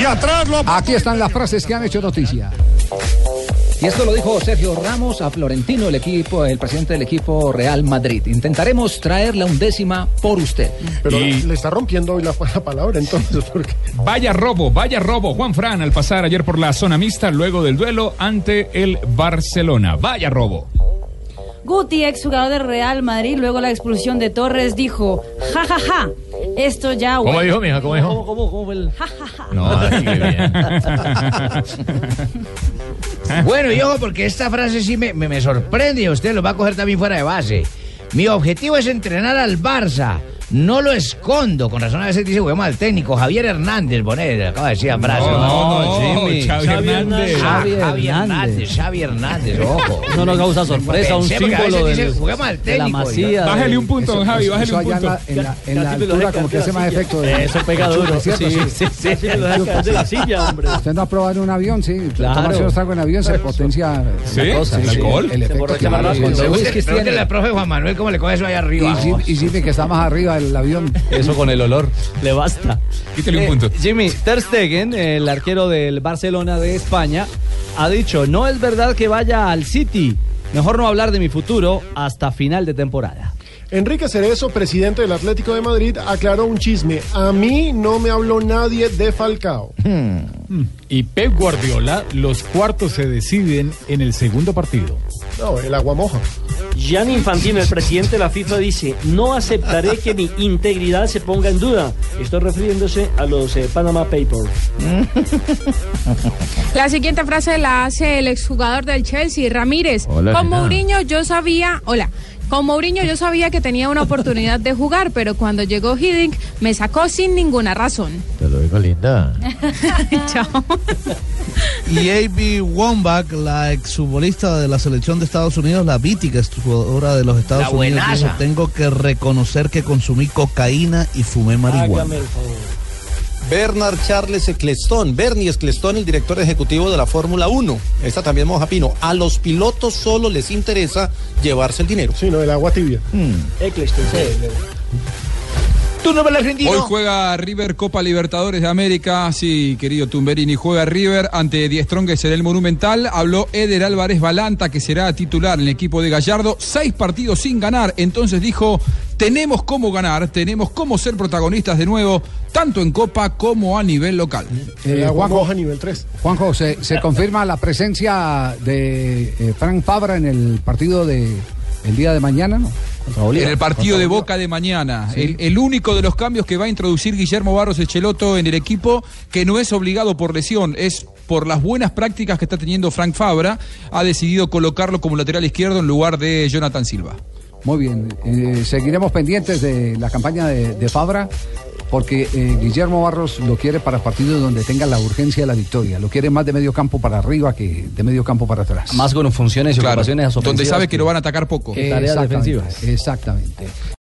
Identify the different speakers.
Speaker 1: Y atrás lo...
Speaker 2: Aquí están las frases que han hecho noticia.
Speaker 3: Y esto lo dijo Sergio Ramos a Florentino, el equipo, el presidente del equipo Real Madrid. Intentaremos traer la undécima por usted.
Speaker 4: Pero le está rompiendo hoy la, la palabra, entonces, porque...
Speaker 5: Vaya robo, vaya robo. Juan Fran al pasar ayer por la zona mixta luego del duelo ante el Barcelona. Vaya robo.
Speaker 6: Guti, exjugador de Real Madrid, luego la expulsión de Torres, dijo, ja, ja, ja, esto ya...
Speaker 7: ¿Cómo
Speaker 6: huele".
Speaker 7: dijo, mija? ¿Cómo dijo?
Speaker 8: ¿Cómo, cómo el...
Speaker 6: Ja, ja, ja.
Speaker 7: No, así que bien.
Speaker 9: Bueno, y ojo, porque esta frase sí me, me, me sorprende y a usted lo va a coger también fuera de base. Mi objetivo es entrenar al Barça. No lo escondo. Con razón a veces dice, weón, al técnico. Javier Hernández, poner, acaba de decir la
Speaker 10: Ah,
Speaker 9: frase.
Speaker 5: Jimmy. Oh, Xavi
Speaker 8: Xavi
Speaker 5: Hernández.
Speaker 8: Hernández.
Speaker 9: Ah,
Speaker 8: Javier
Speaker 9: Javier Hernández, Xavi Hernández, ojo.
Speaker 8: Eso no causa sorpresa, un
Speaker 9: Pensé, porque a veces
Speaker 8: símbolo de,
Speaker 9: dice, juguemos al
Speaker 8: de la
Speaker 9: técnico,
Speaker 8: masía.
Speaker 5: Bájale un punto,
Speaker 2: Eso-
Speaker 5: don Javi,
Speaker 2: eso-
Speaker 5: bájale
Speaker 2: eso
Speaker 5: un
Speaker 2: allá en
Speaker 5: punto.
Speaker 2: la, en la- en la
Speaker 8: Casi me lo
Speaker 2: altura
Speaker 8: deja
Speaker 2: como que hace más
Speaker 8: así.
Speaker 2: efecto. de-
Speaker 8: Eso pega
Speaker 2: chupa,
Speaker 8: duro.
Speaker 2: ¿cierto? Sí.
Speaker 8: sí, sí. Lo dejas de la silla, hombre.
Speaker 2: Usted no ha probado en un avión, sí.
Speaker 8: Claro.
Speaker 2: Tomarse unos tragos en avión se potencia eh,
Speaker 5: ¿Sí?
Speaker 2: la cosa,
Speaker 5: ¿El alcohol?
Speaker 2: El, el efecto
Speaker 8: emborracha
Speaker 2: que
Speaker 8: más
Speaker 2: da el
Speaker 8: rápido.
Speaker 2: avión.
Speaker 8: Seguro.
Speaker 9: Pregúntele
Speaker 8: que es
Speaker 9: pregúntele al profe Juan Manuel cómo le coge eso ahí
Speaker 2: Y
Speaker 9: arriba.
Speaker 2: Jim- Y Jimmy que está más arriba del avión.
Speaker 8: Eso con el olor. Le basta.
Speaker 5: Quítale un
Speaker 8: Eh,
Speaker 5: punto.
Speaker 8: Jimmy, Ter Stegen, el arquero del Barcelona de España, ha dicho, no es verdad que vaya al City. Mejor no hablar de mi futuro hasta final de temporada.
Speaker 4: Enrique Cerezo, presidente del Atlético de Madrid, aclaró un chisme. A mí no me habló nadie de Falcao.
Speaker 10: Y Pep Guardiola, los cuartos se deciden en el segundo partido.
Speaker 4: No, el agua moja.
Speaker 8: Gianni Infantino, el presidente de la FIFA, dice, no aceptaré que mi integridad se ponga en duda. Estoy refiriéndose a los eh, Panama Papers.
Speaker 11: La siguiente frase la hace el exjugador del Chelsea, Ramírez.
Speaker 7: Hola,
Speaker 11: con
Speaker 7: Nina.
Speaker 11: Mourinho yo sabía, hola, con Mourinho yo sabía que tenía una oportunidad de jugar, pero cuando llegó Hiddink me sacó sin ninguna razón.
Speaker 7: Te lo digo, linda.
Speaker 11: Chao.
Speaker 12: Y A.B. Wombach, la exfutbolista de la selección de Estados Unidos, la mítica exjugadora de los Estados
Speaker 9: La
Speaker 12: Unidos,
Speaker 9: buenaza.
Speaker 12: dijo, tengo que reconocer que consumí cocaína y fumé marihuana.
Speaker 13: Bernard Charles Ecclestone, Bernie Ecclestone, el director ejecutivo de la Fórmula 1. Esta también moja pino. A los pilotos solo les interesa llevarse el dinero.
Speaker 4: Sí, no, el agua tibia.
Speaker 9: Tú no me lo
Speaker 1: Hoy
Speaker 9: argentino.
Speaker 1: juega River Copa Libertadores de América. Sí, querido Tumberini, juega River ante Diez Trongues en el Monumental. Habló Eder Álvarez Balanta, que será titular en el equipo de Gallardo. Seis partidos sin ganar. Entonces dijo, tenemos cómo ganar, tenemos cómo ser protagonistas de nuevo, tanto en Copa como a nivel local.
Speaker 4: El
Speaker 2: Eh,
Speaker 4: agua
Speaker 2: Juanjo,
Speaker 4: moja nivel 3.
Speaker 2: Juanjo, se, se confirma la presencia de eh, Frank Fabra en el partido de el día de mañana, ¿no? Contra Bolívar.
Speaker 1: En el partido de Boca de mañana,
Speaker 2: Sí.
Speaker 1: el, el único de los cambios que va a introducir Guillermo Barros Echeloto en el equipo, que no es obligado por lesión, es por las buenas prácticas que está teniendo Frank Fabra, ha decidido colocarlo como lateral izquierdo en lugar de Jonathan Silva.
Speaker 2: Muy bien, eh, seguiremos pendientes de la campaña de, de Fabra, porque eh, Guillermo Barros lo quiere para partidos donde tenga la urgencia de la victoria, lo quiere más de medio campo para arriba que de medio campo para atrás.
Speaker 3: Más con funciones y
Speaker 1: Claro,
Speaker 3: ocupaciones a su
Speaker 1: donde sabe que lo van a atacar poco.
Speaker 3: Tareas
Speaker 2: Exactamente,
Speaker 3: defensivas.
Speaker 2: Exactamente.